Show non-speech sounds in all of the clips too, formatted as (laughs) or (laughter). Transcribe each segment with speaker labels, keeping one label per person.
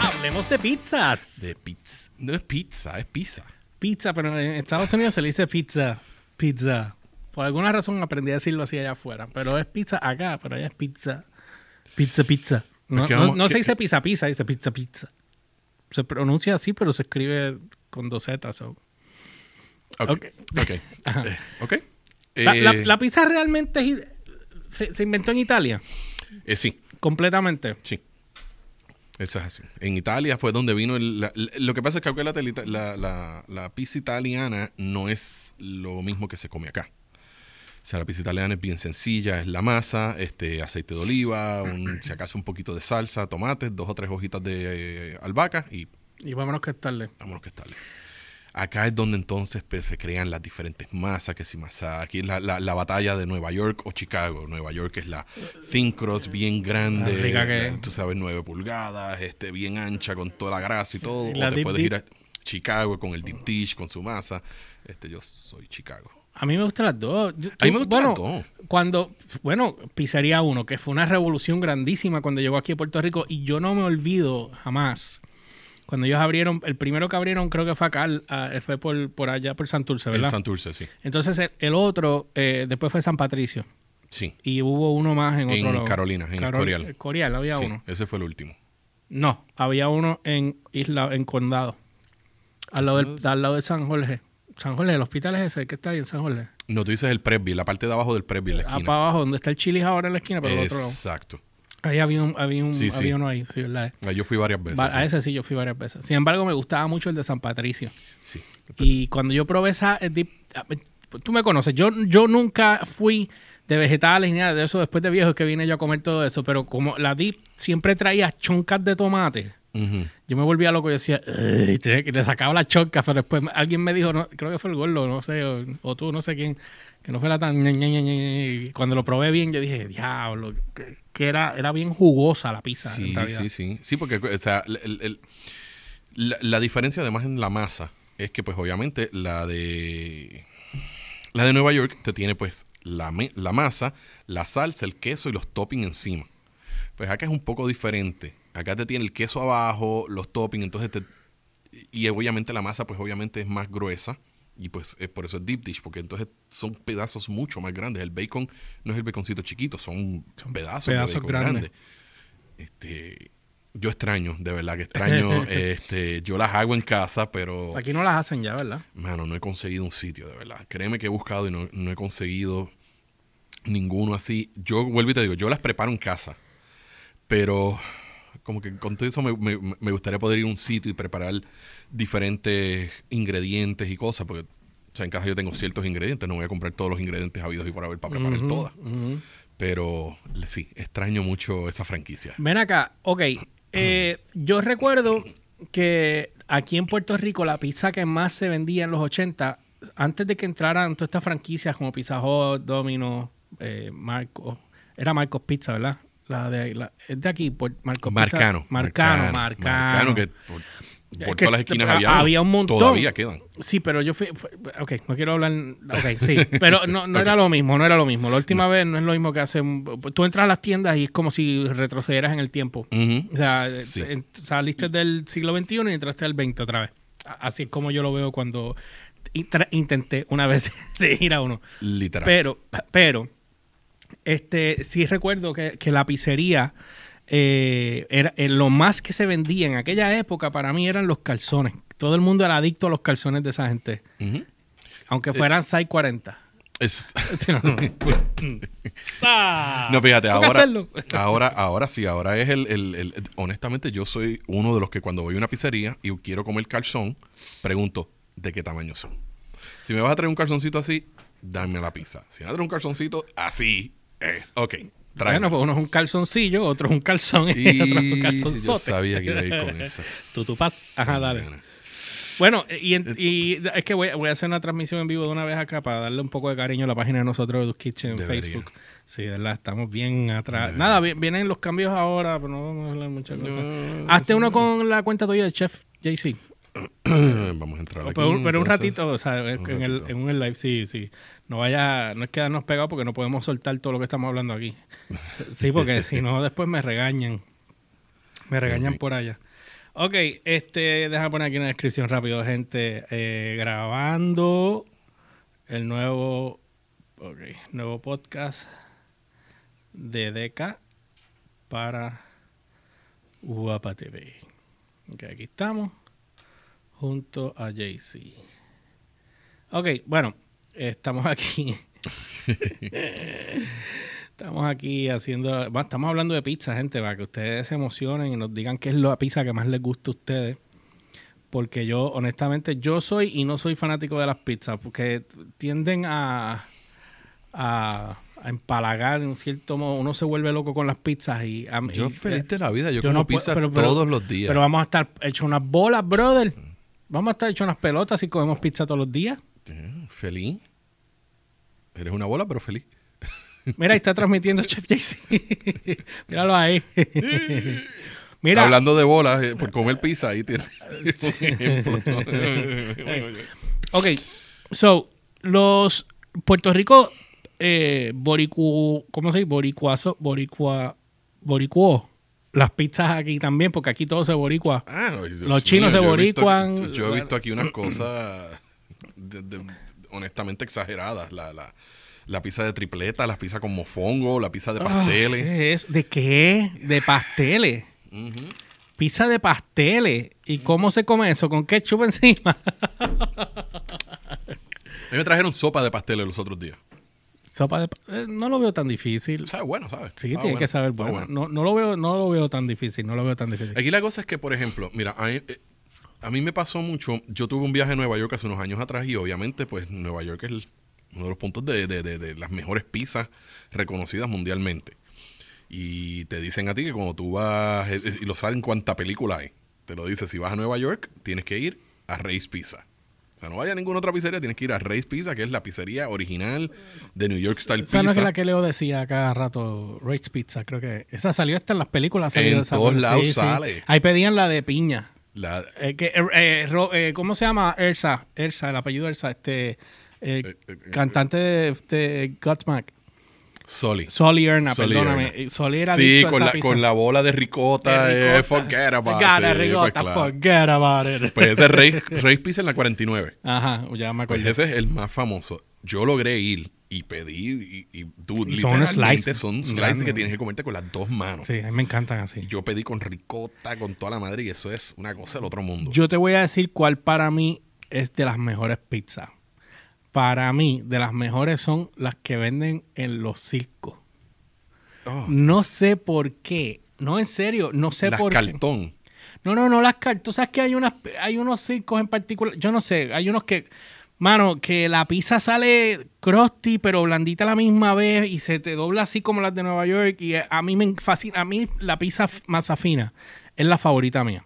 Speaker 1: Hablemos de pizzas.
Speaker 2: De pizza. No es pizza, es pizza.
Speaker 1: Pizza, pero en Estados Unidos se le dice pizza. Pizza. Por alguna razón aprendí a decirlo así allá afuera. Pero es pizza acá, pero allá es pizza. Pizza, pizza. No,
Speaker 2: Porque
Speaker 1: no-
Speaker 2: vamos-
Speaker 1: no
Speaker 2: que- eh
Speaker 1: se dice pizza, pizza, dice pizza, pizza. Se pronuncia así, pero se escribe con dos zetas. so.
Speaker 2: Ok.
Speaker 1: Ok.
Speaker 2: Ok. Eh, ok.
Speaker 1: La, la-
Speaker 2: Eh,
Speaker 1: la pizza realmente es i- se, se inventó en Italia,
Speaker 2: eh, sí,
Speaker 1: completamente.
Speaker 2: sí. Eso es así. En Italia fue donde vino el- la- la- lo que pasa es que acuérdate, la, la, la, la pizza italiana no es lo mismo que se come acá. O sea, la pizza italiana es bien sencilla, es la masa, este, aceite de oliva, un- si acaso un poquito de salsa, tomates, dos o tres hojitas de eh, albahaca y
Speaker 1: Y vámonos que es tarde.
Speaker 2: Vámonos que tal. Acá es donde entonces pues, se crean las diferentes masas, que si masa, aquí es la, la- la batalla de Nueva York o Chicago. Nueva York es la thin cross bien grande,
Speaker 1: La rica que
Speaker 2: la-
Speaker 1: es.
Speaker 2: tú sabes, 9 pulgadas, este, bien ancha con toda la grasa y todo.
Speaker 1: Y
Speaker 2: o
Speaker 1: la
Speaker 2: te
Speaker 1: deep
Speaker 2: puedes ir a
Speaker 1: dish.
Speaker 2: Chicago con el deep dish, con su masa. Este, yo soy Chicago.
Speaker 1: A mí me gustan las dos. Yo-
Speaker 2: A mí
Speaker 1: tú-
Speaker 2: me gustan
Speaker 1: bueno,
Speaker 2: las
Speaker 1: Cuando, bueno, Pizzería 1, que fue una revolución grandísima cuando llegó aquí a Puerto Rico, y yo no me olvido jamás. Cuando ellos abrieron, el primero que abrieron creo que fue acá, al- a- fue por, por allá, por Santurce,
Speaker 2: El
Speaker 1: ¿verdad?
Speaker 2: Santurce, sí.
Speaker 1: Entonces el, el otro, eh, después fue San Patricio,
Speaker 2: Sí.
Speaker 1: y hubo uno más en
Speaker 2: En
Speaker 1: otro lado.
Speaker 2: Carolina, en Escorial.
Speaker 1: Escorial, había
Speaker 2: sí,
Speaker 1: uno.
Speaker 2: Ese fue el último.
Speaker 1: No, había uno en Isla, en Condado, al lado, del-
Speaker 2: Ah.
Speaker 1: al lado de San Jorge. San Jorge, el hospital es ese, que está ahí en San Jorge.
Speaker 2: No, tú dices el Presby, la parte de abajo del Presby, la
Speaker 1: Ah,
Speaker 2: esquina.
Speaker 1: para abajo, donde está el Chili's ahora en la esquina, pero el otro lado.
Speaker 2: Exacto.
Speaker 1: Ahí había, un, había, un,
Speaker 2: Sí, sí.
Speaker 1: había uno ahí, sí, ¿verdad?
Speaker 2: Ah, Yo fui varias veces.
Speaker 1: Va-
Speaker 2: sí.
Speaker 1: a ese sí yo fui varias veces. Sin embargo, me gustaba mucho el de San Patricio.
Speaker 2: Sí.
Speaker 1: Y cuando yo probé esa... eh, dip- ah, eh, Tú me conoces, yo, yo nunca fui de vegetales ni nada de eso. Después de viejo es que vine yo a comer todo eso. Pero como la dip siempre traía choncas de tomate,
Speaker 2: Ujú.
Speaker 1: yo me volvía loco. Yo decía, "Ey", tenía que- le sacaba las choncas. Pero después me- alguien me dijo, no, creo que fue el gordo, no sé, o, o tú, no sé quién, que no fuera tan... ñe, ñe, ñe, ñe. Y Cuando lo probé bien, yo dije, diablo, que, que era, era bien jugosa la pizza.
Speaker 2: Sí,
Speaker 1: en realidad.
Speaker 2: sí, sí. Sí, porque o sea, el- el- el- la, la diferencia además en la masa es que pues obviamente la de la de Nueva York te tiene pues la, me- la masa, la salsa, el queso y los toppings encima. Pues acá es un poco diferente. Acá te tiene el queso abajo, los toppings, entonces te, y obviamente la masa pues obviamente es más gruesa y pues eh, por eso es deep dish porque entonces son pedazos mucho más grandes el bacon no es el baconcito chiquito son,
Speaker 1: pedazos
Speaker 2: pedazos, de bacon
Speaker 1: grandes.
Speaker 2: grandes este yo extraño de verdad que extraño este yo las hago en casa pero
Speaker 1: Aquí no las hacen ya, ¿verdad?
Speaker 2: mano no he conseguido un sitio de verdad créeme que he buscado y no, no he conseguido ninguno así yo vuelvo y te digo yo las preparo en casa pero como que con todo eso me, me- me gustaría poder ir a un sitio y preparar diferentes ingredientes y cosas, porque o sea, en casa yo tengo ciertos ingredientes, no voy a comprar todos los ingredientes habidos y por haber para preparar todas. Pero le- sí, extraño mucho esa franquicia.
Speaker 1: Ven acá, ok. eh, yo recuerdo que aquí en Puerto Rico la pizza que más se vendía en los 80, antes de que entraran todas estas franquicias como Pizza Hut, Domino, eh, Marco, era Marcos Pizza, ¿verdad? La de, la- es de aquí, por Marcos Pizza.
Speaker 2: Marcano.
Speaker 1: Marcano, Marcano.
Speaker 2: Marcano, que por, por
Speaker 1: Es que
Speaker 2: todas las esquinas había,
Speaker 1: había un montón.
Speaker 2: Todavía quedan.
Speaker 1: Sí, pero yo fui, fue- ok, no quiero hablar, ok, sí,
Speaker 2: (laughs)
Speaker 1: pero no, no era lo mismo, no era lo mismo. La última vez no es lo mismo que hace, un- tú entras a las tiendas y es como si retrocedieras en el tiempo.
Speaker 2: Ujú.
Speaker 1: O sea, eh,
Speaker 2: Sí.
Speaker 1: en- saliste del siglo XXI y entraste al XX otra vez. A- Así es como yo lo veo cuando intra- intenté una vez (laughs) de ir a uno.
Speaker 2: literal.
Speaker 1: Pero, pero, este, sí recuerdo que, que la pizzería, eh, era, eh, lo más que se vendía en aquella época para mí eran los calzones. Todo el mundo era adicto a los calzones de esa gente,
Speaker 2: Ujú. Eh.
Speaker 1: aunque fueran (laughs) 640.
Speaker 2: Es- (laughs)
Speaker 1: ¡Ah!
Speaker 2: No, fíjate,
Speaker 1: Tengo que
Speaker 2: ahora,
Speaker 1: Mm. hacerlo.
Speaker 2: ahora, ahora sí, ahora es el, el- el- Honestamente, yo soy uno de los que cuando voy a una pizzería y quiero comer calzón, pregunto, ¿de qué tamaño son? Si me vas a traer un calzoncito así, dame la pizza. Si me vas a traer un calzoncito así, eh, ok, tráeme.
Speaker 1: Bueno, pues (laughs) uno es un calzoncillo, otro es un calzón y, (laughs) otro es un
Speaker 2: y yo
Speaker 1: calzonzote.
Speaker 2: sabía que iba a ir con esas.
Speaker 1: (laughs) Tutupaz. Ajá, dale.
Speaker 2: Semana.
Speaker 1: Bueno, y, en- y es que voy, voy a hacer una transmisión en vivo de una vez acá para darle un poco de cariño a la página de nosotros de Dus Kitchen en
Speaker 2: Debería.
Speaker 1: Facebook. Sí, de verdad, estamos bien atrás. Nada, vi- vienen los cambios ahora, pero no vamos a hablar muchas cosas.
Speaker 2: No,
Speaker 1: Hazte uno con la cuenta tuya de Chef JC.
Speaker 2: (clears throat) Vamos a entrar aquí,
Speaker 1: Pero, un- pero un
Speaker 2: entonces.
Speaker 1: ratito, o sea, en,
Speaker 2: un
Speaker 1: el-
Speaker 2: ratito.
Speaker 1: en un live, sí, sí. No vaya, no es quedarnos pegados porque no podemos soltar todo lo que estamos hablando
Speaker 2: (laughs)
Speaker 1: aquí. Sí, porque si no, después me regañan. Me regañan
Speaker 2: Ok.
Speaker 1: por allá. Ok, este, déjame poner aquí una descripción rápido, gente. Eh, grabando el nuevo, ok, nuevo podcast de Deca para Guapa TV. Ok, aquí estamos, junto a Jay-Z. Ok, bueno, estamos aquí. Estamos aquí haciendo, bueno, estamos hablando de pizza, gente, para que ustedes se emocionen y nos digan qué es la pizza que más les gusta a ustedes. Porque yo, honestamente, yo soy y no soy fanático de las pizzas, porque tienden a, a, a empalagar en cierto modo. Uno se vuelve loco con las pizzas y... a mí-
Speaker 2: Yo feliz de la vida, yo,
Speaker 1: yo
Speaker 2: como
Speaker 1: no puedo-
Speaker 2: pizza
Speaker 1: pero- pero-
Speaker 2: todos los días.
Speaker 1: Pero vamos a estar hechos unas bolas, brother. Vamos a estar hechos unas pelotas si comemos pizza todos los días.
Speaker 2: Eh, Feliz. Eres una bola, pero feliz.
Speaker 1: Mira, ahí está transmitiendo Chef JC. (laughs) Míralo ahí. Mira,
Speaker 2: Hablando de bolas, eh, por comer pizza, ahí
Speaker 1: (laughs)
Speaker 2: tienes un ejemplo.
Speaker 1: ok. So, los Puerto Rico, eh, boricu, ¿cómo se dice? Boricuazo, boricua, boricuó. Las pizzas aquí también, porque aquí todo se boricua.
Speaker 2: (laughs) Ah, ay, Dios
Speaker 1: Los chinos se
Speaker 2: yo he visto aquí-
Speaker 1: boricuan.
Speaker 2: yo he visto
Speaker 1: (clears throat)
Speaker 2: aquí unas cosas de- de- honestamente exageradas. La, la, la pizza de tripleta, la pizza con mofongo, la pizza de pasteles.
Speaker 1: Ah, ¿qué es eso? ¿De qué? De pasteles.
Speaker 2: Ujú.
Speaker 1: Pizza de pasteles. ¿Y cómo se come eso? ¿Con ketchup encima?
Speaker 2: A mí me trajeron sopa de pasteles los otros días.
Speaker 1: Sopa de pa- eh, No lo veo tan difícil.
Speaker 2: Sabe bueno, ¿sabes?
Speaker 1: Sí, tiene
Speaker 2: Estaba ah, bueno,
Speaker 1: que saber
Speaker 2: estaba
Speaker 1: bueno. No, no lo veo, no lo veo tan difícil, no lo veo tan difícil.
Speaker 2: Aquí la cosa es que, por ejemplo, mira, a mí, eh, a mí me pasó mucho. Yo tuve un viaje a Nueva York hace unos años atrás y obviamente, pues Nueva York es el- uno de los puntos de, de- de- de las mejores pizzas reconocidas mundialmente. Y te dicen a ti que cuando tú vas, eh, eh, y lo saben cuánta película hay, te lo dice, si vas a Nueva York, tienes que ir a Reyes Pizza. O sea, no vaya a ninguna otra pizzería, tienes que ir a Reyes Pizza, que es la pizzería original de New York Style
Speaker 1: Esa no
Speaker 2: Pizza.
Speaker 1: es la que Leo decía cada rato, Rage Pizza, creo que esa salió hasta en las películas. ha salido
Speaker 2: En
Speaker 1: esa
Speaker 2: todos
Speaker 1: cosa.
Speaker 2: lados sale.
Speaker 1: Ahí pedían la de piña.
Speaker 2: La-
Speaker 1: Eh, que, eh, eh, Ro- eh, ¿Cómo se llama? Elsa, Elsa, el apellido Elsa, este eh,
Speaker 2: Eh, eh,
Speaker 1: cantante de, de Godsmack.
Speaker 2: Soli.
Speaker 1: Soli Erna,
Speaker 2: Soli
Speaker 1: perdóname.
Speaker 2: Erna.
Speaker 1: Eh, Soli era
Speaker 2: Sí,
Speaker 1: adicto a
Speaker 2: con
Speaker 1: esa
Speaker 2: la,
Speaker 1: pizza.
Speaker 2: con la bola de ricota,
Speaker 1: De
Speaker 2: eh,
Speaker 1: ricota. (laughs)
Speaker 2: forget about
Speaker 1: Gana,
Speaker 2: it,
Speaker 1: ricota,
Speaker 2: pues, claro.
Speaker 1: forget about it.
Speaker 2: Pues ese es Rey,
Speaker 1: (laughs)
Speaker 2: Rey Pizza en la 49.
Speaker 1: Ajá, ya me
Speaker 2: Pues
Speaker 1: acuerdo.
Speaker 2: ese es el más famoso. Yo logré ir y pedí, y, y dude,
Speaker 1: Y son unos
Speaker 2: literalmente
Speaker 1: slices
Speaker 2: son slices
Speaker 1: grandes.
Speaker 2: que tienes que comerte con las dos manos.
Speaker 1: Sí, a mí me encantan así.
Speaker 2: Yo pedí con ricota, con toda la madre, y eso es una cosa del otro mundo.
Speaker 1: Yo te voy a decir cuál para mí es de las mejores pizzas. Para mí, de las mejores son las que venden en los circos.
Speaker 2: Oh,
Speaker 1: No sé por qué. No, en serio, no sé
Speaker 2: las
Speaker 1: por qué.
Speaker 2: cartón.
Speaker 1: No, no, no las cartas. Tú sabes que hay, unas, hay unos circos en particular. Yo no sé, hay unos que. Mano, que la pizza sale crusty, pero blandita a la misma vez y se te dobla así como las de Nueva York. Y a mí me fascina. A mí la pizza f- masa fina es la favorita mía.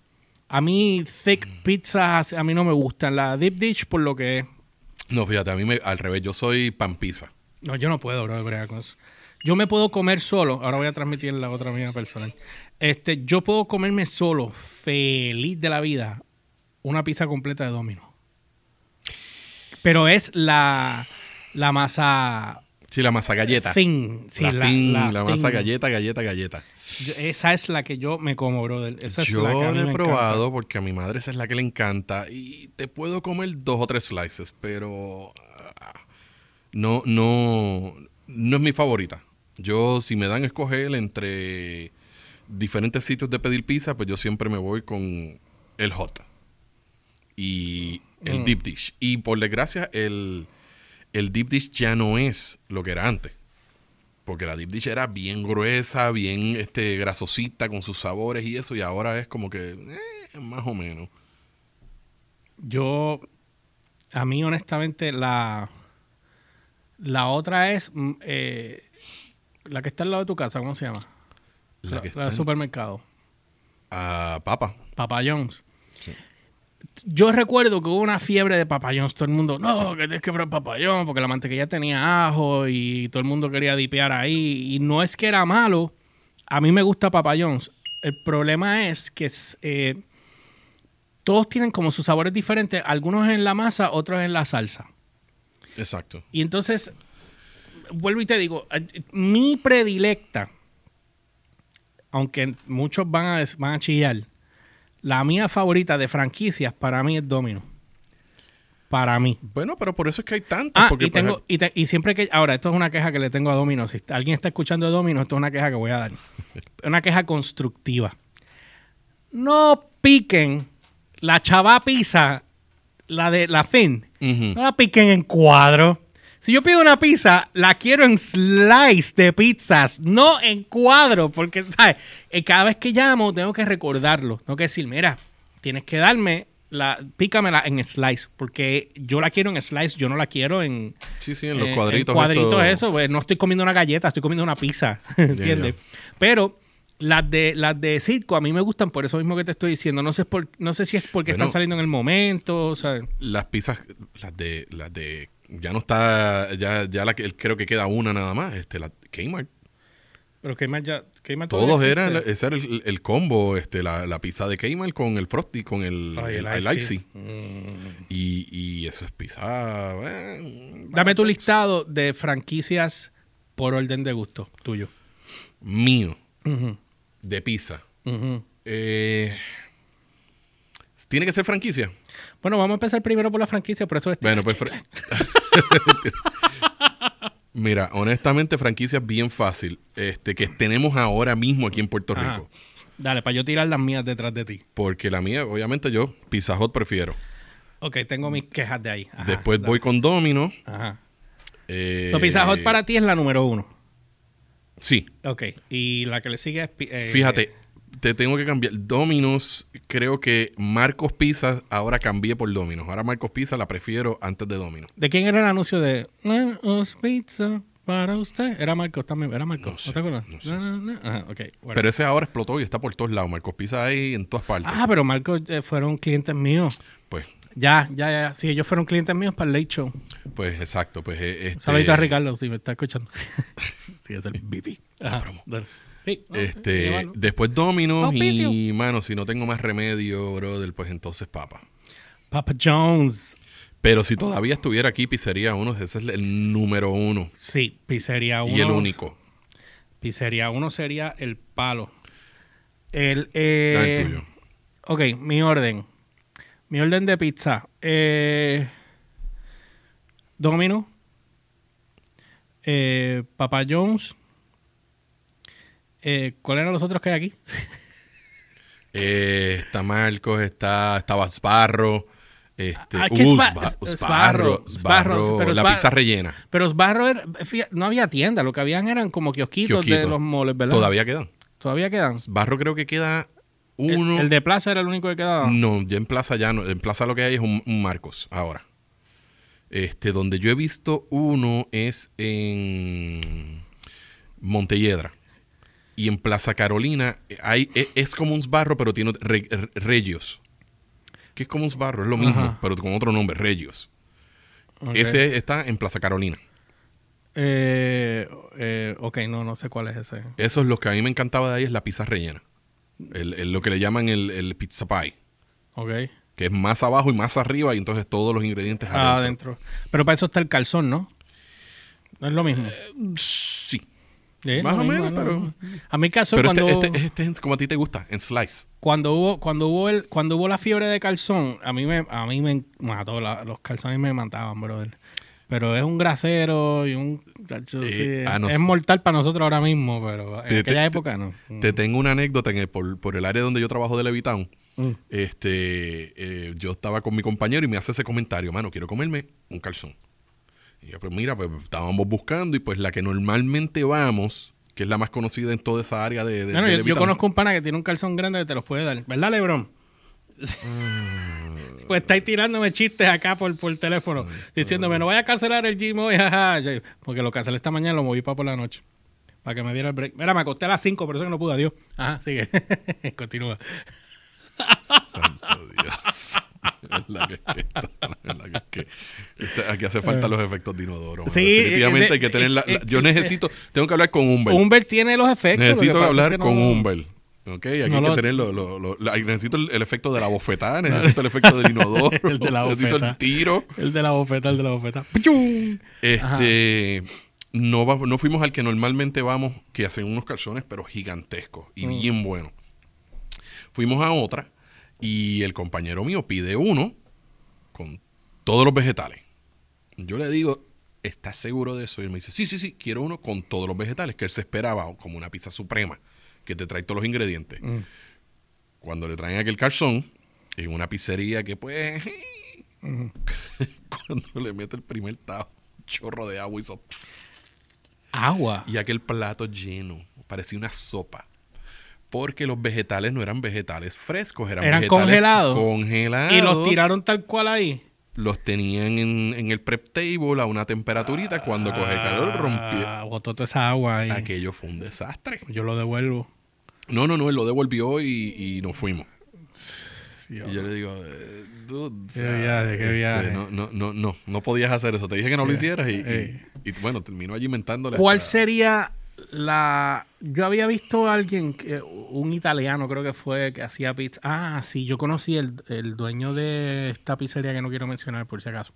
Speaker 1: A mí, thick pizzas, a mí no me gustan. La deep dish, por lo que es.
Speaker 2: No, fíjate, a mí me, al revés, yo soy pan pizza.
Speaker 1: No, yo no puedo, bro, bregar con eso. Yo me puedo comer solo. Ahora voy a transmitir la otra mía personal. Este, yo puedo comerme solo, feliz de la vida, una pizza completa de domino. Pero es la, la masa
Speaker 2: Sí, la masa galleta.
Speaker 1: thin. Sí,
Speaker 2: la, thin, la masa
Speaker 1: thin.
Speaker 2: galleta, galleta, galleta.
Speaker 1: Yo- Esa es la que yo me como, brother. Esa es
Speaker 2: Yo
Speaker 1: la que a mí
Speaker 2: la
Speaker 1: me
Speaker 2: he
Speaker 1: encanta.
Speaker 2: probado porque a mi madre esa es la que le encanta y te puedo comer dos o tres slices, pero ah, no, no, no es mi favorita. Yo, si me dan a escoger entre diferentes sitios de pedir pizza, pues yo siempre me voy con el hot y el
Speaker 1: Mm.
Speaker 2: deep dish. Y por desgracia, el, el deep dish ya no es lo que era antes. Porque la deep dish era bien gruesa, bien este, grasosita con sus sabores y eso, y ahora es como que eh, más o menos.
Speaker 1: Yo, a mí honestamente, la, la otra es mm, eh, la que está al lado de tu casa, ¿cómo se llama? La,
Speaker 2: La, que
Speaker 1: la
Speaker 2: está
Speaker 1: del
Speaker 2: en-
Speaker 1: supermercado,
Speaker 2: Ah, papa.
Speaker 1: Papa John's. Yo recuerdo que hubo una fiebre de Papa John's. Todo el mundo, no, que tienes que probar Papa John's porque la mantequilla tenía ajo y todo el mundo quería dipear ahí. Y no es que era malo. A mí me gusta Papa John's. El problema es que es, eh, todos tienen como sus sabores diferentes. Algunos en la masa, otros en la salsa.
Speaker 2: Exacto.
Speaker 1: Y entonces, vuelvo y te digo, eh, mi predilecta, aunque muchos van a, des- van a chillar, La mía favorita de franquicias para mí es Domino. Para mí.
Speaker 2: Bueno, pero por eso es que hay tantas.
Speaker 1: Ah,
Speaker 2: porque,
Speaker 1: y,
Speaker 2: pues,
Speaker 1: tengo, y, te- y siempre que. Ahora, esto es una queja que le tengo a Domino. Si está- alguien está escuchando de Domino, esto es una queja que voy a
Speaker 2: (laughs)
Speaker 1: dar. Una queja constructiva. No piquen la chava pizza, la de la fin.
Speaker 2: Ujú.
Speaker 1: No la piquen en cuadro. Si yo pido una pizza, la quiero en slice de pizzas, no en cuadro, porque ¿sabes? Eh, cada vez que llamo tengo que recordarlo. Tengo que decir, mira, tienes que darme la, pícamela en slice, porque yo la quiero en slice, yo no la quiero en,
Speaker 2: Sí, sí, en los
Speaker 1: eh,
Speaker 2: cuadritos.
Speaker 1: en cuadritos,
Speaker 2: estos-
Speaker 1: eso, pues, no estoy comiendo una galleta, estoy comiendo una pizza, (laughs) ¿entiendes? Pero las de las de circo a mí me gustan por eso mismo que te estoy diciendo. No sé por, no sé si es porque
Speaker 2: Bueno.
Speaker 1: están saliendo en el momento, o sea,
Speaker 2: Las pizzas, las de, las de, ya no está, ya, ya la que creo que queda una nada más, este, la Kmart.
Speaker 1: pero que más ya que más todavía
Speaker 2: Todos
Speaker 1: existe.
Speaker 2: eran, ese era el, el combo, este, la, la pizza de Kmart con el Frosty, con el,
Speaker 1: Ay,
Speaker 2: el,
Speaker 1: el
Speaker 2: el
Speaker 1: Icy. Mm.
Speaker 2: Icy. Y, y eso es pizza. eh,
Speaker 1: Dame tu listado de franquicias por orden de gusto tuyo.
Speaker 2: Mío, de pizza. Eh, Tiene que ser franquicia.
Speaker 1: Bueno, vamos a empezar primero por la franquicia, por eso este- es
Speaker 2: Bueno, pues. fra- (laughs) Mira, honestamente, franquicias bien fácil. Este, que tenemos ahora mismo aquí en Puerto
Speaker 1: Ajá.
Speaker 2: Rico.
Speaker 1: Dale, para yo tirar las mías detrás de ti.
Speaker 2: Porque la mía, obviamente, yo Pizza Hut prefiero.
Speaker 1: Ok, tengo mis quejas de ahí. Ajá,
Speaker 2: Después
Speaker 1: dale.
Speaker 2: voy con Domino.
Speaker 1: Ajá.
Speaker 2: eh,
Speaker 1: So, Pizza Hut para ti es la número uno.
Speaker 2: Sí.
Speaker 1: Ok, y la que le sigue es... pi- eh,
Speaker 2: Fíjate, te tengo que cambiar. Dominos, creo que Marcos Pizza ahora cambié por Dominos. Ahora Marcos Pizza la prefiero antes de Domino.
Speaker 1: ¿De quién era el anuncio de... Marcos Pizza para usted? Era Marcos también, era Marcos. No,
Speaker 2: sé,
Speaker 1: te acuerdas?
Speaker 2: no sé.
Speaker 1: Na, na, na. Ajá, ok. bueno.
Speaker 2: Pero ese ahora explotó y está por todos lados. Marcos Pizza ahí en todas partes.
Speaker 1: Ah, pero Marcos eh, fueron clientes míos.
Speaker 2: Pues,
Speaker 1: Ya, ya, ya. Si ellos fueron clientes míos para el Late Show.
Speaker 2: pues exacto. Pues, eh, este,
Speaker 1: Un Saludito a Ricardo, si me está
Speaker 2: (laughs)
Speaker 1: escuchando. sí, es el bibi.
Speaker 2: La promo.
Speaker 1: Sí, no, hay que
Speaker 2: Este,
Speaker 1: llevarlo.
Speaker 2: después Dominos y,
Speaker 1: Ah, Auspicio.
Speaker 2: mano, si no tengo más remedio, brother, pues entonces papa.
Speaker 1: Papa Jones.
Speaker 2: Pero si todavía estuviera aquí, pizzería uno, ese es el número uno
Speaker 1: Sí, pizzería 1.
Speaker 2: y el único.
Speaker 1: Pizzería 1 sería el palo. El,
Speaker 2: Dame
Speaker 1: eh,
Speaker 2: el tuyo.
Speaker 1: Ok, mi orden. Mi orden de pizza. Eh, Domino. Eh, Papa Jones. Eh, ¿Cuáles eran los otros que hay aquí?
Speaker 2: Eh, está Marcos, está, estaba Sbarro, este,
Speaker 1: Ah, ¿qué
Speaker 2: uh,
Speaker 1: Sba-
Speaker 2: Sba-
Speaker 1: Sbarro,
Speaker 2: Sbarro,
Speaker 1: Sbarro,
Speaker 2: Sbarro,
Speaker 1: pero
Speaker 2: la
Speaker 1: Sbarro-
Speaker 2: pizza rellena.
Speaker 1: Pero Osbarro era- fía- no había tienda, lo que habían eran como kiosquitos de
Speaker 2: Kiosquito.
Speaker 1: los moles, ¿verdad?
Speaker 2: Todavía quedan.
Speaker 1: Todavía quedan.
Speaker 2: Sbarro creo que queda
Speaker 1: El-
Speaker 2: uno.
Speaker 1: El, de Plaza era el único que quedaba.
Speaker 2: No, ya en Plaza ya no. En Plaza lo que hay es un, un Marcos ahora. Este, donde yo he visto uno es en Montelledra. Y en Plaza Carolina eh, hay, e- es, como un barro, pero tiene ot- re- re- Regios. Que es como un barro, es lo mismo,
Speaker 1: Ajá.
Speaker 2: pero con otro nombre, Regios.
Speaker 1: Ok.
Speaker 2: Ese está en Plaza Carolina.
Speaker 1: Eh, eh, ok, no, no sé cuál es ese.
Speaker 2: Eso es lo que a mí me encantaba de ahí, es la pizza rellena. El- el- lo que le llaman el, el pizza pie,
Speaker 1: Ok.
Speaker 2: que es más abajo y más arriba, y entonces todos los ingredientes
Speaker 1: Ah,
Speaker 2: adentro.
Speaker 1: adentro. Pero para eso está el calzón, ¿no? No es lo mismo.
Speaker 2: Sí.
Speaker 1: Eh,
Speaker 2: más
Speaker 1: lo
Speaker 2: o
Speaker 1: mismo,
Speaker 2: menos,
Speaker 1: no,
Speaker 2: pero-
Speaker 1: no. A mí el calzón,
Speaker 2: Pero
Speaker 1: cuando,
Speaker 2: este, este, este es como a ti te gusta, en slice.
Speaker 1: cuando hubo, cuando hubo el, cuando hubo la fiebre de calzón, a mí me, a mí me mató. la- los calzones me mataban, brother. Pero es un grasero y un. yo
Speaker 2: Eh,
Speaker 1: sí,
Speaker 2: a nos-
Speaker 1: es mortal para nosotros ahora mismo, pero en
Speaker 2: Te- te-
Speaker 1: aquella
Speaker 2: te-
Speaker 1: época no.
Speaker 2: Te tengo una anécdota en el- por, por el área donde yo trabajo de Levitown.
Speaker 1: Mm.
Speaker 2: Este, eh, yo estaba con mi compañero y me hace ese comentario, mano, quiero comerme un calzón. Y yo, pues mira, pues estábamos buscando y pues la que normalmente vamos, que es la más conocida en toda esa área de, de,
Speaker 1: Bueno,
Speaker 2: de
Speaker 1: yo, yo
Speaker 2: Levittown.
Speaker 1: conozco un pana que tiene un calzón grande que te los puede dar. ¿Verdad, Lebron?
Speaker 2: Mm.
Speaker 1: (laughs) pues estáis tirándome chistes acá por, por teléfono, diciéndome, no vaya a cancelar el gym hoy, (laughs) jaja". Yo- porque lo cancelé esta mañana, lo moví para por la noche, para que me diera el break. Mira, me acosté a las 5, por eso que no pude, adiós. Ajá, sigue, (laughs) continúa.
Speaker 2: Santo Dios. (laughs) Es la que es que esto- es la que es que- este- Aquí hace falta los efectos de inodoro. mano.
Speaker 1: Eh. Sí,
Speaker 2: Definitivamente
Speaker 1: eh, de-
Speaker 2: hay que tener la- la-
Speaker 1: eh,
Speaker 2: yo necesito, tengo que hablar con Humbert.
Speaker 1: Humbert tiene los efectos. lo que
Speaker 2: Necesito
Speaker 1: pasa es
Speaker 2: hablar
Speaker 1: que no-
Speaker 2: con Humbert. Ok, aquí
Speaker 1: no
Speaker 2: hay que
Speaker 1: lo-
Speaker 2: tener lo- lo- lo- la- necesito el, el efecto de la bofetada, necesito el efecto
Speaker 1: (laughs)
Speaker 2: del inodoro,
Speaker 1: El de la
Speaker 2: necesito el
Speaker 1: bofeta.
Speaker 2: tiro.
Speaker 1: El de la bofeta, el de la bofeta. ¡Pichum!
Speaker 2: Este, no, va- no fuimos al que normalmente vamos, que hacen unos calzones, pero gigantescos y bien buenos. Fuimos a otra Y el compañero mío pide uno con todos los vegetales. Yo le digo, ¿estás seguro de eso? Y él me dice, sí, sí, sí, quiero uno con todos los vegetales, que él se esperaba como una pizza suprema, que te trae todos los ingredientes. Cuando le traen aquel calzón, en una pizzería que pues... (laughs) cuando le mete el primer tajo, un chorro de agua hizo...
Speaker 1: Agua.
Speaker 2: Y aquel plato lleno, parecía una sopa. Porque los vegetales no eran vegetales frescos, eran,
Speaker 1: Eran
Speaker 2: vegetales
Speaker 1: congelados.
Speaker 2: congelados.
Speaker 1: Y los tiraron tal cual ahí.
Speaker 2: Los tenían en, en el prep table a una temperaturita. cuando coge calor, rompió.
Speaker 1: Ah, botó toda esa agua ahí.
Speaker 2: Aquello fue un desastre.
Speaker 1: Yo lo devuelvo.
Speaker 2: No, no, no, él lo devolvió y, y nos fuimos.
Speaker 1: Sí,
Speaker 2: Y yo le digo, eh, dude, o
Speaker 1: Qué
Speaker 2: sea, este,
Speaker 1: viaje, qué viaje.
Speaker 2: no, no, no, no, no podías hacer eso. Te dije que no lo
Speaker 1: Sí,
Speaker 2: hicieras y, y-
Speaker 1: eh.
Speaker 2: y, bueno, terminó allí inventándole.
Speaker 1: ¿Cuál
Speaker 2: hasta-
Speaker 1: sería la... Yo había visto a alguien, que- un italiano creo que fue, que hacía pizza. Ah, sí, yo conocí el, el dueño de esta pizzería que no quiero mencionar por si acaso.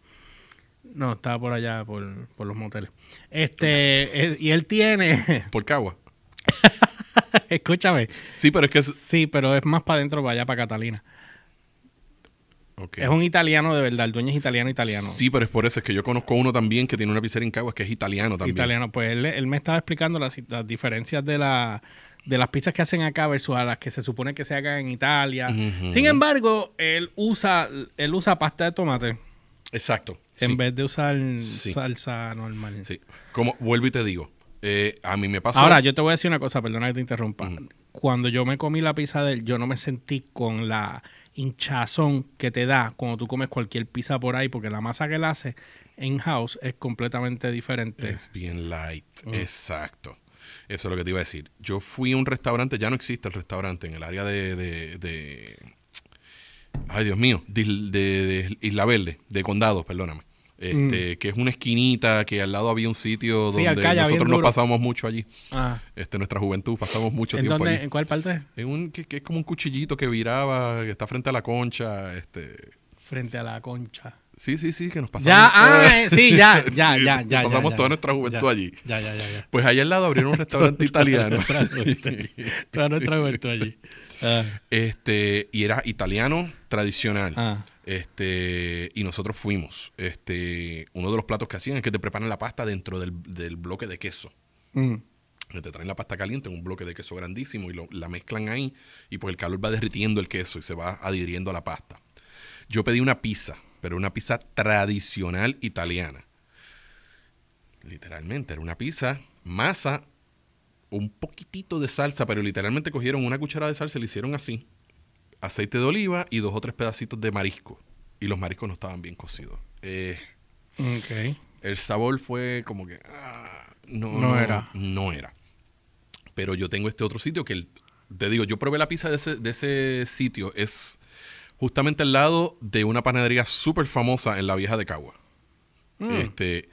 Speaker 1: No, estaba por allá, por, por los moteles. Este, eh, y él tiene, (laughs)
Speaker 2: Por Cagua.
Speaker 1: escúchame,
Speaker 2: Sí, pero es que. es-
Speaker 1: sí, pero es más para adentro, para allá, para Catalina.
Speaker 2: ok.
Speaker 1: Es un italiano de verdad, el dueño es italiano, italiano.
Speaker 2: Sí, pero es por eso. Es que yo conozco uno también que tiene una pizzería en Caguas que es italiano también.
Speaker 1: italiano. Pues él, él me estaba explicando las, las diferencias de, la, de las pizzas que hacen acá versus a las que se supone que se hagan en Italia.
Speaker 2: Ujú.
Speaker 1: Sin embargo, él usa, él usa pasta de tomate
Speaker 2: Exacto.
Speaker 1: en
Speaker 2: sí,
Speaker 1: vez de usar
Speaker 2: Sí.
Speaker 1: salsa normal.
Speaker 2: sí. Como vuelvo y te digo, eh, a mí me pasó.
Speaker 1: Ahora, yo te voy a decir una cosa, perdona que te interrumpa. Cuando yo me comí la pizza de él, yo no me sentí con la hinchazón que te da cuando tú comes cualquier pizza por ahí, porque la masa que él hace en house es completamente diferente.
Speaker 2: Es bien light.
Speaker 1: Mm.
Speaker 2: Exacto. Eso es lo que te iba a decir. Yo fui a un restaurante, ya no existe el restaurante en el área de. de- de- ay, Dios mío, de, Il- de- de Isla Verde, de Condados, perdóname. Este, Que es una esquinita, que al lado había un sitio
Speaker 1: Mm. Sí,
Speaker 2: donde
Speaker 1: Alcaya, bien
Speaker 2: nosotros nos
Speaker 1: duro.
Speaker 2: pasábamos mucho allí.
Speaker 1: Ah.
Speaker 2: Este, nuestra juventud, pasamos mucho
Speaker 1: ¿En,
Speaker 2: tiempo
Speaker 1: dónde,
Speaker 2: allí.
Speaker 1: ¿En cuál parte?
Speaker 2: Es un, que, que es como un cuchillito que viraba, que está frente a la concha, este...
Speaker 1: Frente a la concha.
Speaker 2: Sí, sí, sí, que nos pasamos...
Speaker 1: Ya, ah, eh,
Speaker 2: (laughs)
Speaker 1: sí, ya,
Speaker 2: Sí,
Speaker 1: ya, ya,
Speaker 2: nos
Speaker 1: ya.
Speaker 2: pasamos
Speaker 1: ya, ya.
Speaker 2: toda nuestra juventud
Speaker 1: Ya,
Speaker 2: allí.
Speaker 1: Ya, ya, ya, ya.
Speaker 2: Pues ahí al lado abrieron un restaurante italiano.
Speaker 1: (laughs) Toda nuestra juventud. Toda nuestra juventud allí. Ah,
Speaker 2: (laughs) Este, y era italiano tradicional.
Speaker 1: Ah.
Speaker 2: Este, y nosotros fuimos. Este, uno de los platos que hacían es que te preparan la pasta dentro del, del bloque de queso.
Speaker 1: mm.
Speaker 2: que Te traen la pasta caliente en un bloque de queso grandísimo y lo- la mezclan ahí. Y pues el calor va derritiendo el queso y se va adhiriendo a la pasta. Yo pedí una pizza, pero una pizza tradicional italiana. Literalmente, era una pizza, masa, un poquitito de salsa, pero literalmente cogieron una cucharada de salsa y le hicieron así. Aceite de oliva y dos o tres pedacitos de marisco. Y los mariscos no estaban bien cocidos. Eh,
Speaker 1: Ok.
Speaker 2: el sabor fue como que ah, no,
Speaker 1: No era.
Speaker 2: no era pero yo tengo este otro sitio que el- te digo yo probé la pizza de ese, de ese sitio es justamente al lado de una panadería súper famosa en la vieja de Cagua
Speaker 1: Mm.
Speaker 2: este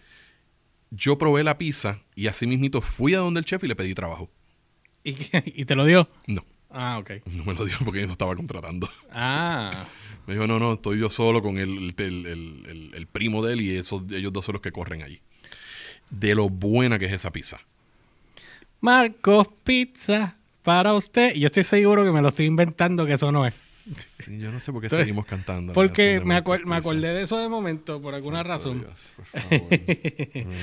Speaker 2: yo probé la pizza y así mismito fui a donde el chef y le pedí trabajo
Speaker 1: ¿Y, qué? ¿Y te lo dio?
Speaker 2: no
Speaker 1: Ah, ok.
Speaker 2: no me lo dio porque yo no estaba contratando (laughs)
Speaker 1: Ah.
Speaker 2: me dijo no no estoy yo solo con el, el- el- el- el primo de él y esos, ellos dos son los que corren allí de lo buena que es esa pizza
Speaker 1: Marcos Pizza para usted. Y Yo estoy seguro que me lo estoy inventando, que eso no es.
Speaker 2: Sí, yo no sé por qué
Speaker 1: Entonces,
Speaker 2: seguimos cantando. la
Speaker 1: Porque
Speaker 2: canción de
Speaker 1: me,
Speaker 2: Marcos
Speaker 1: acuer- me
Speaker 2: Pizza.
Speaker 1: acordé de eso de momento, por alguna
Speaker 2: Santo
Speaker 1: razón.
Speaker 2: Dios, por
Speaker 1: (laughs)
Speaker 2: favor.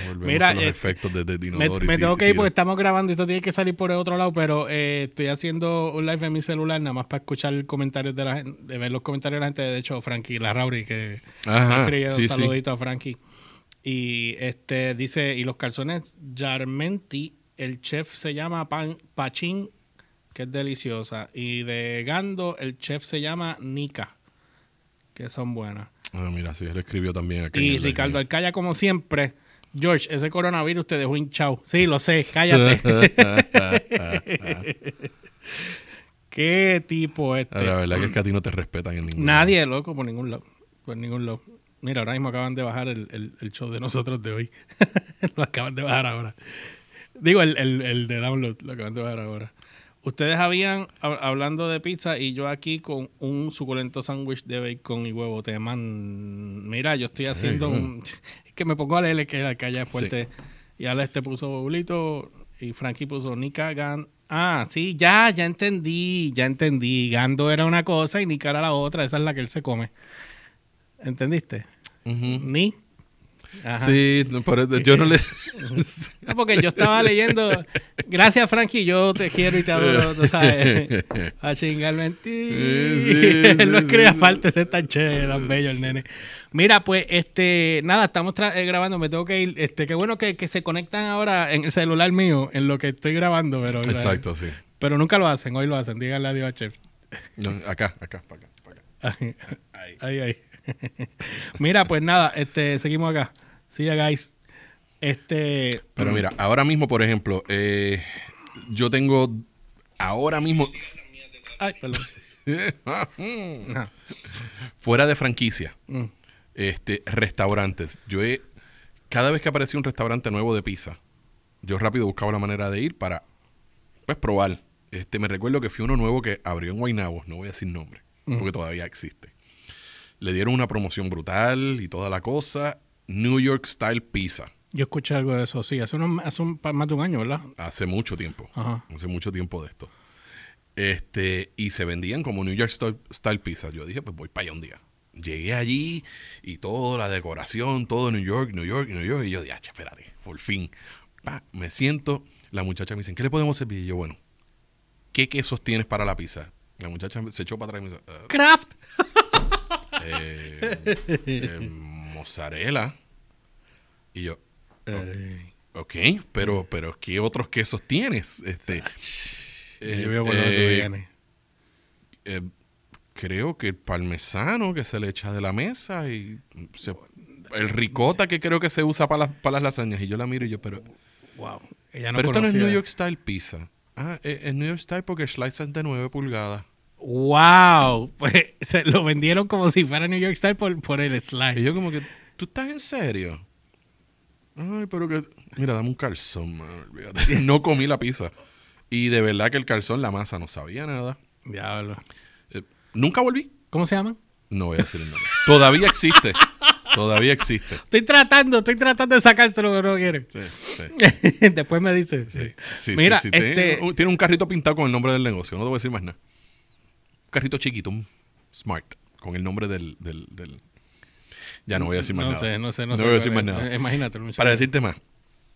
Speaker 2: Volvemos
Speaker 1: Mira,
Speaker 2: con los
Speaker 1: eh,
Speaker 2: efectos de,
Speaker 1: Me,
Speaker 2: de Dinodoro y
Speaker 1: me
Speaker 2: ti-
Speaker 1: tengo
Speaker 2: y
Speaker 1: que ir
Speaker 2: tiro.
Speaker 1: porque estamos grabando y esto tiene que salir por el otro lado, pero eh, estoy haciendo un live en mi celular nada más para escuchar comentarios de la gente, de ver los comentarios de la gente. De hecho, Frankie Larrauri, que
Speaker 2: Ajá,
Speaker 1: escribió
Speaker 2: sí,
Speaker 1: un
Speaker 2: sí.
Speaker 1: saludito a Frankie. Y este dice, y los calzones Yarmenti, el chef se llama Pan Pachín, que es deliciosa. Y de Gando, el chef se llama Nica, que son buenas.
Speaker 2: Ah, mira, sí, él escribió también aquí. en
Speaker 1: Y
Speaker 2: el-
Speaker 1: Ricardo Alcaya, como siempre, George, ese coronavirus te dejó hinchado. Sí, lo sé,
Speaker 2: (laughs)
Speaker 1: cállate. ¿Qué tipo
Speaker 2: Ah, (laughs) la
Speaker 1: este?
Speaker 2: verdad que es que a ti no te respetan en ningún
Speaker 1: Nadie, loco, por ningún lado. Por ningún lado. Mira, ahora mismo acaban de bajar el, el- el show de nosotros de hoy. (laughs) lo acaban de bajar ahora. Digo, el, el- el de download, lo acaban de bajar ahora. Ustedes habían, hab- hablando de pizza, y yo aquí con un suculento sándwich de bacon y huevo. Te man... Mira, yo estoy haciendo
Speaker 2: bueno.
Speaker 1: un... (laughs) Es que me pongo a este leer que la calle es fuerte. Y Alex te puso Bulito y Frankie puso Nica Gan Ah, sí, ya, ya entendí, ya entendí. Gando era una cosa y Nick era la otra, esa es la que él se come. ¿Entendiste?
Speaker 2: Ujú.
Speaker 1: Ni. Ajá.
Speaker 2: Sí, no, pero
Speaker 1: (laughs)
Speaker 2: yo no le...
Speaker 1: No, porque yo estaba leyendo. Gracias, Frankie, yo te quiero y te adoro, tú
Speaker 2: (laughs)
Speaker 1: sabes. A chingarme en ti.
Speaker 2: Sí, sí,
Speaker 1: Él (laughs) no
Speaker 2: sí,
Speaker 1: escribe
Speaker 2: sí.
Speaker 1: falta, ese tan chévere, tan bello el nene. Mira, pues, este, nada, estamos tra- eh, grabando, me tengo que ir. Este, qué bueno que, que se conectan ahora en el celular mío, en lo que estoy grabando, pero.
Speaker 2: Exacto, sí.
Speaker 1: Pero nunca lo hacen, hoy lo hacen. Díganle adiós a Chef. (laughs)
Speaker 2: No, acá, acá, para acá, para acá.
Speaker 1: Ay,
Speaker 2: Ahí.
Speaker 1: ay. (laughs) ay. Mira, pues nada, este, seguimos acá. Sí, guys. Este.
Speaker 2: Pero mira, ahora mismo, por ejemplo, eh, yo tengo ahora mismo,
Speaker 1: Ay, perdón. Ajá.
Speaker 2: fuera de franquicia,
Speaker 1: Mm.
Speaker 2: este, restaurantes. Yo he, cada vez que aparecía un restaurante nuevo de pizza, yo rápido buscaba la manera de ir para, pues, probar. Este, me recuerdo que fui uno nuevo que abrió en Guaynabo, no voy a decir nombre,
Speaker 1: Ujú.
Speaker 2: porque todavía existe. Le dieron una promoción brutal y toda la cosa. New York Style Pizza.
Speaker 1: Yo escuché algo de eso, sí, hace, unos- hace un, pa- más de un año, ¿verdad?
Speaker 2: Hace mucho tiempo.
Speaker 1: Ajá.
Speaker 2: Hace mucho tiempo de esto. Este, y se vendían como New York Style, Style Pizza. Yo dije, pues voy para allá un día. Llegué allí y toda la decoración, todo New York, New York, New York. Y yo dije, "Ache, espérate, por fin. Pa, me siento. La muchacha me dice, ¿qué le podemos servir? Y yo, bueno, ¿qué quesos tienes para la pizza? La muchacha se echó para atrás y me dice, "Ah,
Speaker 1: ¡Craft!
Speaker 2: eh, eh, mozzarella. Y yo, Ok, pero, pero ¿qué otros quesos tienes? Este, eh,
Speaker 1: yo veo por dónde tú
Speaker 2: eh,
Speaker 1: vienes.
Speaker 2: eh, creo que el parmesano que se le echa de la mesa y se- el ricota que creo que se usa para las, para las lasañas. Y yo la miro y yo, pero,
Speaker 1: Wow. Ella no
Speaker 2: pero esto no es
Speaker 1: conocía.
Speaker 2: New York Style Pizza. Ah, eh, es New York Style porque el slice es de 9 pulgadas.
Speaker 1: ¡Wow! (laughs) Pues se lo vendieron como si fuera New York Style por, por el slide.
Speaker 2: Y yo como que, ¿tú estás en serio? Ay, pero que... Mira, dame un calzón, man,
Speaker 1: (laughs)
Speaker 2: olvídate. No comí la pizza. Y de verdad que el calzón, la masa, no sabía nada.
Speaker 1: Diablo.
Speaker 2: Eh, Nunca volví.
Speaker 1: ¿Cómo se llaman?
Speaker 2: No voy a decir el nombre. Todavía existe. Todavía existe.
Speaker 1: Estoy tratando, estoy tratando de sacárselo, pero no quiere.
Speaker 2: Sí, sí,
Speaker 1: (laughs) Después me dice.
Speaker 2: eh, sí. Sí,
Speaker 1: Mira,
Speaker 2: sí, sí.
Speaker 1: este.
Speaker 2: Tiene, un, tiene un carrito pintado con el nombre del negocio. No te voy a decir más nada. Un carrito chiquito, un smart, con el nombre del... del- del- Ya no voy a decir más
Speaker 1: no
Speaker 2: nada.
Speaker 1: sé, no sé, no, sé.
Speaker 2: voy
Speaker 1: cuál
Speaker 2: a decir más
Speaker 1: es.
Speaker 2: nada.
Speaker 1: Eh, Imagínate, muchacho.
Speaker 2: Para decirte más,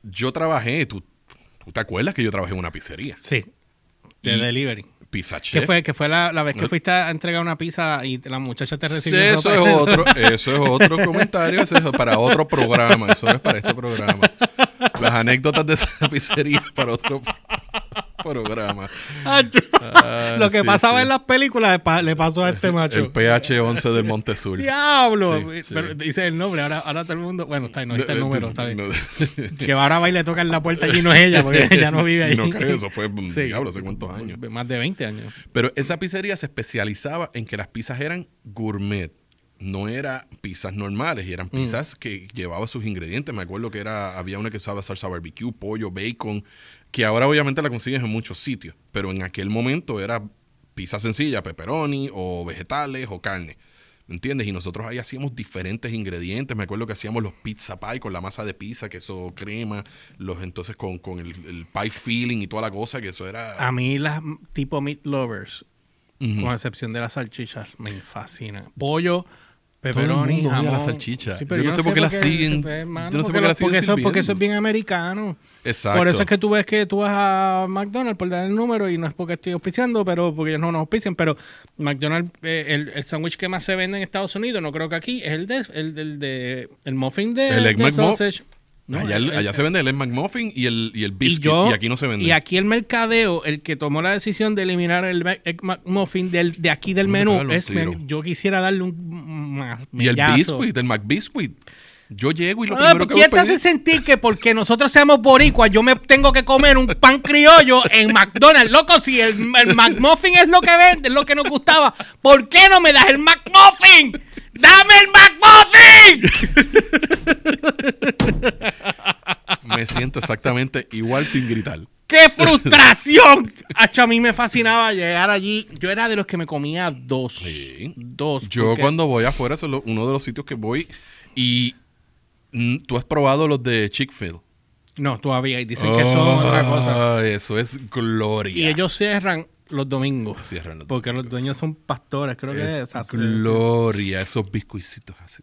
Speaker 2: yo trabajé... ¿tú, tú te acuerdas que yo trabajé en una pizzería?
Speaker 1: Sí. De
Speaker 2: Y-
Speaker 1: delivery.
Speaker 2: Pizza Chef.
Speaker 1: Que fue, que fue la, la vez que
Speaker 2: No.
Speaker 1: fuiste a entregar una pizza y la muchacha te
Speaker 2: Sí,
Speaker 1: recibió.
Speaker 2: eso es
Speaker 1: ropa? (laughs)
Speaker 2: otro, eso es otro comentario, eso es para otro programa, eso no es para este programa. Las anécdotas de esa pizzería es para otro pro- programa.
Speaker 1: Ah, yo-
Speaker 2: Ah,
Speaker 1: lo que
Speaker 2: sí,
Speaker 1: pasaba
Speaker 2: sí.
Speaker 1: en las películas le pa- le pasó a este macho.
Speaker 2: (laughs) El PH 11 del Montesur.
Speaker 1: ¡Diablo!
Speaker 2: Sí, sí.
Speaker 1: Pero dice el nombre, ahora, ahora todo el mundo. Bueno, está ahí, no está el
Speaker 2: Eh, eh,
Speaker 1: número, está bien.
Speaker 2: no-
Speaker 1: (laughs) Que ahora va y le tocan la puerta allí no es ella, porque ella no vive allí.
Speaker 2: (laughs) No
Speaker 1: (laughs)
Speaker 2: creo, eso fue,
Speaker 1: Sí.
Speaker 2: diablo, hace cuántos años.
Speaker 1: Más de 20 años.
Speaker 2: Pero esa pizzería se especializaba en que las pizzas eran gourmet. No eran pizzas normales, y eran
Speaker 1: Mm.
Speaker 2: pizzas que llevaba sus ingredientes. Me acuerdo que era había una que usaba salsa barbecue, pollo, bacon, que ahora obviamente la consigues en muchos sitios, pero en aquel momento era pizza sencilla, pepperoni o vegetales o carne. ¿Me entiendes? Y nosotros ahí hacíamos diferentes ingredientes. Me acuerdo que hacíamos los pizza pie con la masa de pizza, queso, crema, los entonces con, con el, el pie filling y toda la cosa, que eso era...
Speaker 1: A mí, las m- tipo meat lovers,
Speaker 2: Ujú.
Speaker 1: con excepción de las salchichas, me fascinan. Pollo, pepperoni,
Speaker 2: Todo el mundo odia
Speaker 1: jamón.
Speaker 2: la salchicha.
Speaker 1: Sí, pero
Speaker 2: Yo no sé por qué la siguen-
Speaker 1: pues, hermano,
Speaker 2: yo no sé por
Speaker 1: porque
Speaker 2: qué la
Speaker 1: lo-
Speaker 2: siguen
Speaker 1: porque eso, porque
Speaker 2: sirviendo.
Speaker 1: eso es bien americano.
Speaker 2: Exacto.
Speaker 1: Por eso es que tú ves que tú vas a McDonald's por dar el número y no es porque estoy auspiciando, pero porque ellos no nos auspician, pero McDonald's, eh, el, el sándwich que más se vende en Estados Unidos, no creo que aquí, es el de, el, el de, el muffin de,
Speaker 2: El Egg
Speaker 1: de
Speaker 2: McMuff.
Speaker 1: sausage. No,
Speaker 2: allá
Speaker 1: el-
Speaker 2: allá
Speaker 1: el-
Speaker 2: se vende el Egg McMuffin y el, y el biscuit. Y,
Speaker 1: yo-
Speaker 2: aquí no se vende.
Speaker 1: Y aquí el mercadeo, el que tomó la decisión de eliminar el Mac- Egg McMuffin del, de aquí del
Speaker 2: Vamos a
Speaker 1: menú,
Speaker 2: pegarle un
Speaker 1: es, men-
Speaker 2: tiro.
Speaker 1: yo quisiera darle un más.
Speaker 2: Y el biscuit, el McBiscuit. Yo llego y lo
Speaker 1: Ah,
Speaker 2: primero que
Speaker 1: ¿Quién te
Speaker 2: voy a
Speaker 1: hace
Speaker 2: pedir-
Speaker 1: sentir que porque nosotros seamos boricuas yo me tengo que comer un pan criollo en McDonald's? Loco, si el, el McMuffin es lo que vende, es lo que nos gustaba, ¿por qué no me das el McMuffin? ¡Dame el McMuffin!
Speaker 2: Me siento
Speaker 1: (laughs)
Speaker 2: exactamente igual sin gritar.
Speaker 1: ¡Qué frustración! Hacho, a mí me fascinaba llegar allí. Yo era de los que me comía dos.
Speaker 2: Sí.
Speaker 1: Dos.
Speaker 2: Yo
Speaker 1: porque-
Speaker 2: cuando voy afuera, eso es lo- uno de los sitios que voy y mm, tú has probado los de Chick-fil.
Speaker 1: No, todavía. Y dicen que son
Speaker 2: Ah.
Speaker 1: otra cosa.
Speaker 2: Ay, Eso es gloria. Oh,
Speaker 1: Y ellos cierran los domingos.
Speaker 2: Cierran los
Speaker 1: porque los dueños son pastores, creo que
Speaker 2: Es
Speaker 1: es así.
Speaker 2: gloria, esos bizcoicitos así.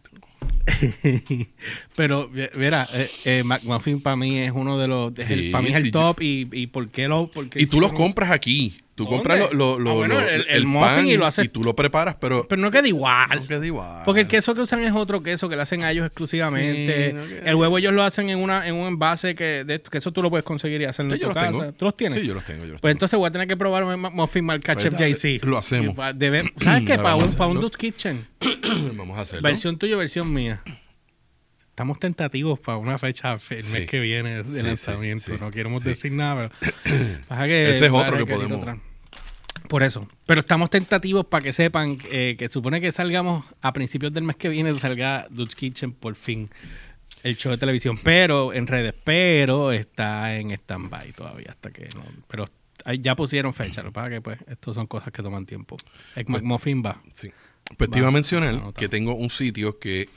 Speaker 1: Pero, ve- verá, eh, eh, McMuffin para mí es uno de los. es el-
Speaker 2: Sí,
Speaker 1: para mí es el
Speaker 2: sí,
Speaker 1: top. Y, y por qué lo.? Porque
Speaker 2: Y tú los
Speaker 1: no-
Speaker 2: compras aquí. Tú
Speaker 1: ¿Dónde?
Speaker 2: compras lo- lo- lo-
Speaker 1: Ah, bueno,
Speaker 2: lo-
Speaker 1: el- el muffin y lo haces-
Speaker 2: Y tú lo preparas, pero.
Speaker 1: Pero no queda igual.
Speaker 2: no queda igual.
Speaker 1: Porque el queso que usan es otro queso que le hacen a ellos exclusivamente.
Speaker 2: Sí, no que-
Speaker 1: El huevo ellos lo hacen en una en un envase que de que eso tú lo puedes conseguir y hacerlo
Speaker 2: Sí,
Speaker 1: en
Speaker 2: yo
Speaker 1: tu
Speaker 2: los
Speaker 1: casa.
Speaker 2: tengo.
Speaker 1: ¿Tú los tienes?
Speaker 2: Sí, yo los tengo. Yo los
Speaker 1: Pues
Speaker 2: tengo.
Speaker 1: entonces voy a tener que probar un muffin marca
Speaker 2: Pues
Speaker 1: Chef
Speaker 2: dale,
Speaker 1: JC.
Speaker 2: lo hacemos.
Speaker 1: Y pa- debe-
Speaker 2: (clears throat)
Speaker 1: ¿Sabes qué? Para
Speaker 2: Lo vamos a
Speaker 1: un,
Speaker 2: hacer,
Speaker 1: pa' un
Speaker 2: ¿no?
Speaker 1: Dude's Kitchen. (clears throat)
Speaker 2: Vamos a hacerlo.
Speaker 1: Versión tuya, versión mía. Estamos tentativos para una fecha el
Speaker 2: Sí.
Speaker 1: mes que viene de
Speaker 2: Sí,
Speaker 1: lanzamiento.
Speaker 2: sí, sí,
Speaker 1: no queremos
Speaker 2: sí.
Speaker 1: decir nada,
Speaker 2: (clears throat)
Speaker 1: pero. pasa que-
Speaker 2: Ese es otro
Speaker 1: para
Speaker 2: que
Speaker 1: ir
Speaker 2: podemos-
Speaker 1: otra. Por eso. Pero estamos tentativos para que sepan eh, que supone que salgamos a principios del mes que viene, salga Dutch Kitchen por fin. El show de televisión, pero en redes, pero está en stand-by todavía hasta que no. Pero ahí ya pusieron fecha, lo que pasa es que pues, estos son cosas que toman tiempo. El McMuffin va.
Speaker 2: Sí. Pues te iba a
Speaker 1: Va, Ah,
Speaker 2: mencionar
Speaker 1: anotado.
Speaker 2: que tengo un sitio que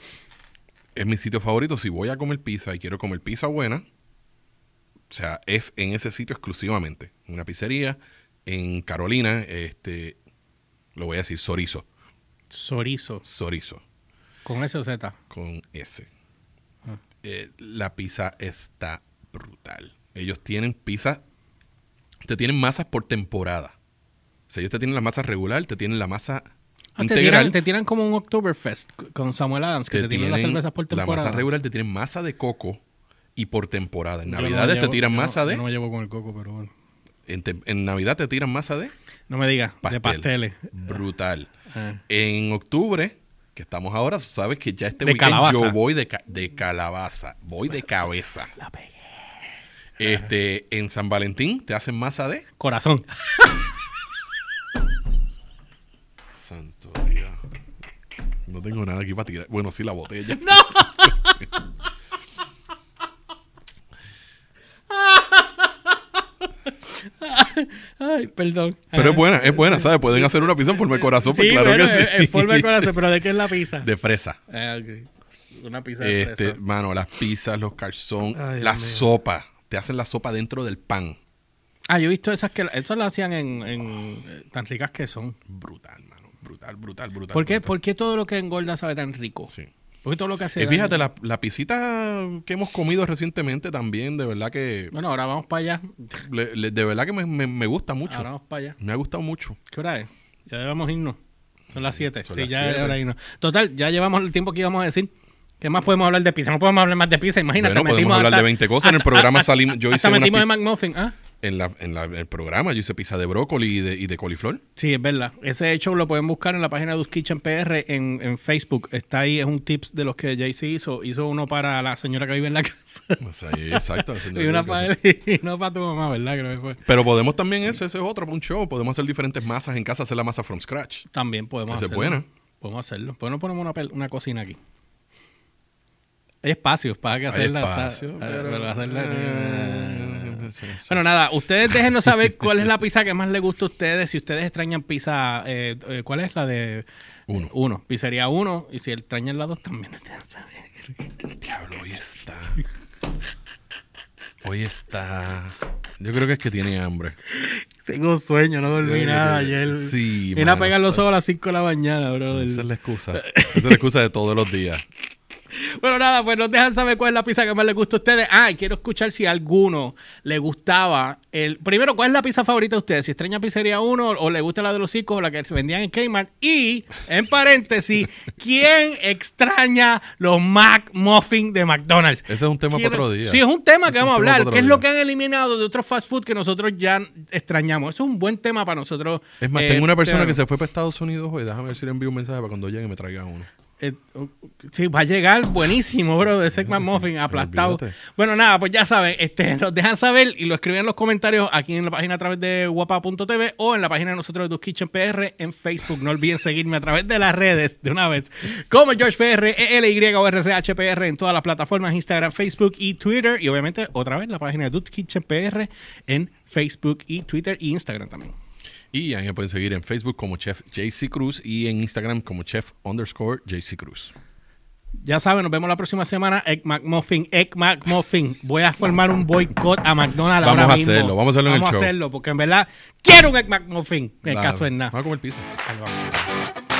Speaker 2: es mi sitio favorito. Si voy a comer pizza y quiero comer pizza buena, o sea, es en ese sitio exclusivamente. Una pizzería en Carolina, este, lo voy a decir, Sorizo.
Speaker 1: Sorizo,
Speaker 2: Sorizo,
Speaker 1: con ese o Z.
Speaker 2: con S.
Speaker 1: Ah.
Speaker 2: Eh, la pizza está brutal. Ellos tienen pizza, te tienen masas por temporada. O sea, ellos te tienen la masa regular, te tienen la masa
Speaker 1: Ah, te,
Speaker 2: integral.
Speaker 1: tiran, te tiran como un Oktoberfest c- con Samuel Adams, que te, tiran las cervezas por temporada.
Speaker 2: La masa regular te tienen masa de coco y por temporada. En
Speaker 1: Yo no me
Speaker 2: Navidades te
Speaker 1: llevo-
Speaker 2: tiran
Speaker 1: yo no-
Speaker 2: masa
Speaker 1: yo
Speaker 2: de.
Speaker 1: No me llevo con el coco, pero bueno.
Speaker 2: en, te- en Navidad te tiran masa de
Speaker 1: No me digas, de
Speaker 2: pastel.
Speaker 1: pasteles.
Speaker 2: Brutal.
Speaker 1: Ah.
Speaker 2: En octubre, que estamos ahora, sabes que ya este
Speaker 1: De
Speaker 2: weekend
Speaker 1: calabaza.
Speaker 2: yo voy de, ca- de calabaza. Voy de cabeza.
Speaker 1: La pegué.
Speaker 2: Este, en San Valentín te hacen masa de.
Speaker 1: Corazón.
Speaker 2: Santo Dios. No tengo nada aquí para tirar. Bueno, sí, la botella.
Speaker 1: Ay, perdón.
Speaker 2: Pero es buena, es buena, ¿sabes? Pueden hacer una pizza en forma de corazón, pues
Speaker 1: Sí,
Speaker 2: claro
Speaker 1: bueno,
Speaker 2: que sí.
Speaker 1: el- el polvo de corazón, pero ¿de qué es la pizza?
Speaker 2: De fresa.
Speaker 1: Ah, ok. Una pizza de
Speaker 2: Este,
Speaker 1: fresa.
Speaker 2: mano, las pizzas, los calzones,
Speaker 1: Ay,
Speaker 2: la
Speaker 1: Dios mío.
Speaker 2: sopa. Te hacen la sopa dentro del pan.
Speaker 1: Ah, yo he visto esas que... Eso lo hacían en... en- eh, tan ricas que son.
Speaker 2: Brutal, mano. Brutal, brutal, brutal.
Speaker 1: ¿Por qué,
Speaker 2: brutal.
Speaker 1: por qué todo lo que engorda sabe tan rico?
Speaker 2: Sí.
Speaker 1: ¿Por qué todo lo que hace
Speaker 2: Eh,
Speaker 1: daño-
Speaker 2: fíjate, la, la pisita que hemos comido recientemente también, de verdad que.
Speaker 1: Bueno, ahora vamos para allá.
Speaker 2: le- le- de verdad que me, me- me gusta mucho.
Speaker 1: Ahora vamos para allá.
Speaker 2: Me ha gustado mucho.
Speaker 1: ¿Qué hora es? Ya debemos irnos. Son las 7.
Speaker 2: Son
Speaker 1: Sí,
Speaker 2: las
Speaker 1: ya es
Speaker 2: siete.
Speaker 1: hora de irnos. Total, ya llevamos el tiempo que íbamos a decir. ¿Qué más podemos hablar de pizza? No podemos hablar más de pizza, imagínate.
Speaker 2: Bueno, podemos
Speaker 1: metimos
Speaker 2: hablar de 20 cosas. En el programa salimos- yo
Speaker 1: hasta
Speaker 2: hice una
Speaker 1: metimos
Speaker 2: pizza-
Speaker 1: de McMuffin. ¿ah?
Speaker 2: En, la, en la- el programa yo hice pizza de brócoli y de, y de coliflor.
Speaker 1: Sí, es verdad. Ese hecho lo pueden buscar en la página de Us Kitchen PR en, en Facebook. Está ahí, es un tips de los que Jay-Z hizo. Hizo uno para la señora que vive en la (laughs) casa.
Speaker 2: O sea, y- exacto.
Speaker 1: (laughs) y una para él y (laughs) uno para tu mamá, ¿verdad? Creo que fue.
Speaker 2: Pero podemos también ese, ese es otro, un show. Podemos hacer diferentes masas en casa, hacer la masa from scratch.
Speaker 1: También podemos
Speaker 2: Esa es
Speaker 1: hacerlo.
Speaker 2: buena.
Speaker 1: Podemos hacerlo. ¿Por qué no ponemos una, pel- una cocina aquí? Hay espacios para que
Speaker 2: Hay
Speaker 1: hacerla. está-
Speaker 2: espacio,
Speaker 1: ah,
Speaker 2: pero-
Speaker 1: pero hacerla-
Speaker 2: (laughs) Eh, sí, sí.
Speaker 1: Bueno, nada, ustedes déjenos saber cuál es la pizza que más les gusta a ustedes. Si ustedes extrañan pizza, eh, eh, ¿cuál es la de
Speaker 2: Uno.
Speaker 1: uno? Pizzería uno. Y si extrañan la dos, también nos dejan saber.
Speaker 2: Diablo, hoy está. Hoy está. Yo creo que es que tiene hambre.
Speaker 1: Tengo sueño, no dormí
Speaker 2: Yo-
Speaker 1: nada
Speaker 2: yo-
Speaker 1: ayer.
Speaker 2: Eh, sí,
Speaker 1: Vine a
Speaker 2: mano,
Speaker 1: pegar los
Speaker 2: está-
Speaker 1: ojos a las 5 de la mañana, bro.
Speaker 2: Esa es
Speaker 1: (laughs)
Speaker 2: la excusa. Esa es la excusa de todos los días.
Speaker 1: Bueno, nada, pues nos dejan saber cuál es la pizza que más les gusta a ustedes. Ah, y quiero escuchar si a alguno le gustaba. El... Primero, ¿cuál es la pizza favorita de ustedes? Si extraña pizzería 1 o le gusta la de los chicos o la que se vendían en Kmart. Y, en
Speaker 2: (laughs)
Speaker 1: paréntesis, ¿quién extraña los McMuffin de McDonald's?
Speaker 2: Ese Este es un tema para
Speaker 1: ¿Quién-
Speaker 2: otro día.
Speaker 1: Sí, es un tema que
Speaker 2: Ese es
Speaker 1: vamos a
Speaker 2: un tema para
Speaker 1: hablar.
Speaker 2: otro
Speaker 1: ¿Qué es lo
Speaker 2: día.
Speaker 1: que han eliminado de otros fast food que nosotros ya extrañamos? Eso es un buen tema para nosotros.
Speaker 2: Es más,
Speaker 1: eh,
Speaker 2: tengo una persona
Speaker 1: tema.
Speaker 2: que se fue para Estados Unidos hoy. Déjame ver si le envío un mensaje para cuando llegue me traiga uno.
Speaker 1: Eh, oh, sí, va a llegar buenísimo, bro, de ese McMuffin aplastado.
Speaker 2: Olvídate.
Speaker 1: Bueno, nada, pues ya saben, este, (laughs) nos dejan saber y lo escriben en los comentarios aquí en la página a través de guapa.tv o en la página de nosotros de Dos Kitchen PR en Facebook. No olviden seguirme a través de las redes de una vez, como George PR, ELY o RCHPR en todas las plataformas, Instagram, Facebook y Twitter. Y obviamente, otra vez, la página de Dos Kitchen PR en Facebook y Twitter y Instagram también.
Speaker 2: Y ahí me pueden seguir en Facebook como Chef JC Cruz y en Instagram como Chef underscore JC Cruz.
Speaker 1: Ya saben, nos vemos la próxima semana. Egg McMuffin, Egg McMuffin. Voy a formar un boycott a McDonald's
Speaker 2: Vamos
Speaker 1: ahora
Speaker 2: a
Speaker 1: mismo.
Speaker 2: hacerlo, vamos a hacerlo en el
Speaker 1: Vamos a
Speaker 2: show.
Speaker 1: hacerlo, porque en verdad quiero un Egg McMuffin. En el
Speaker 2: Claro.
Speaker 1: caso es nada.
Speaker 2: Vamos a comer pizza.
Speaker 1: Ahí vamos.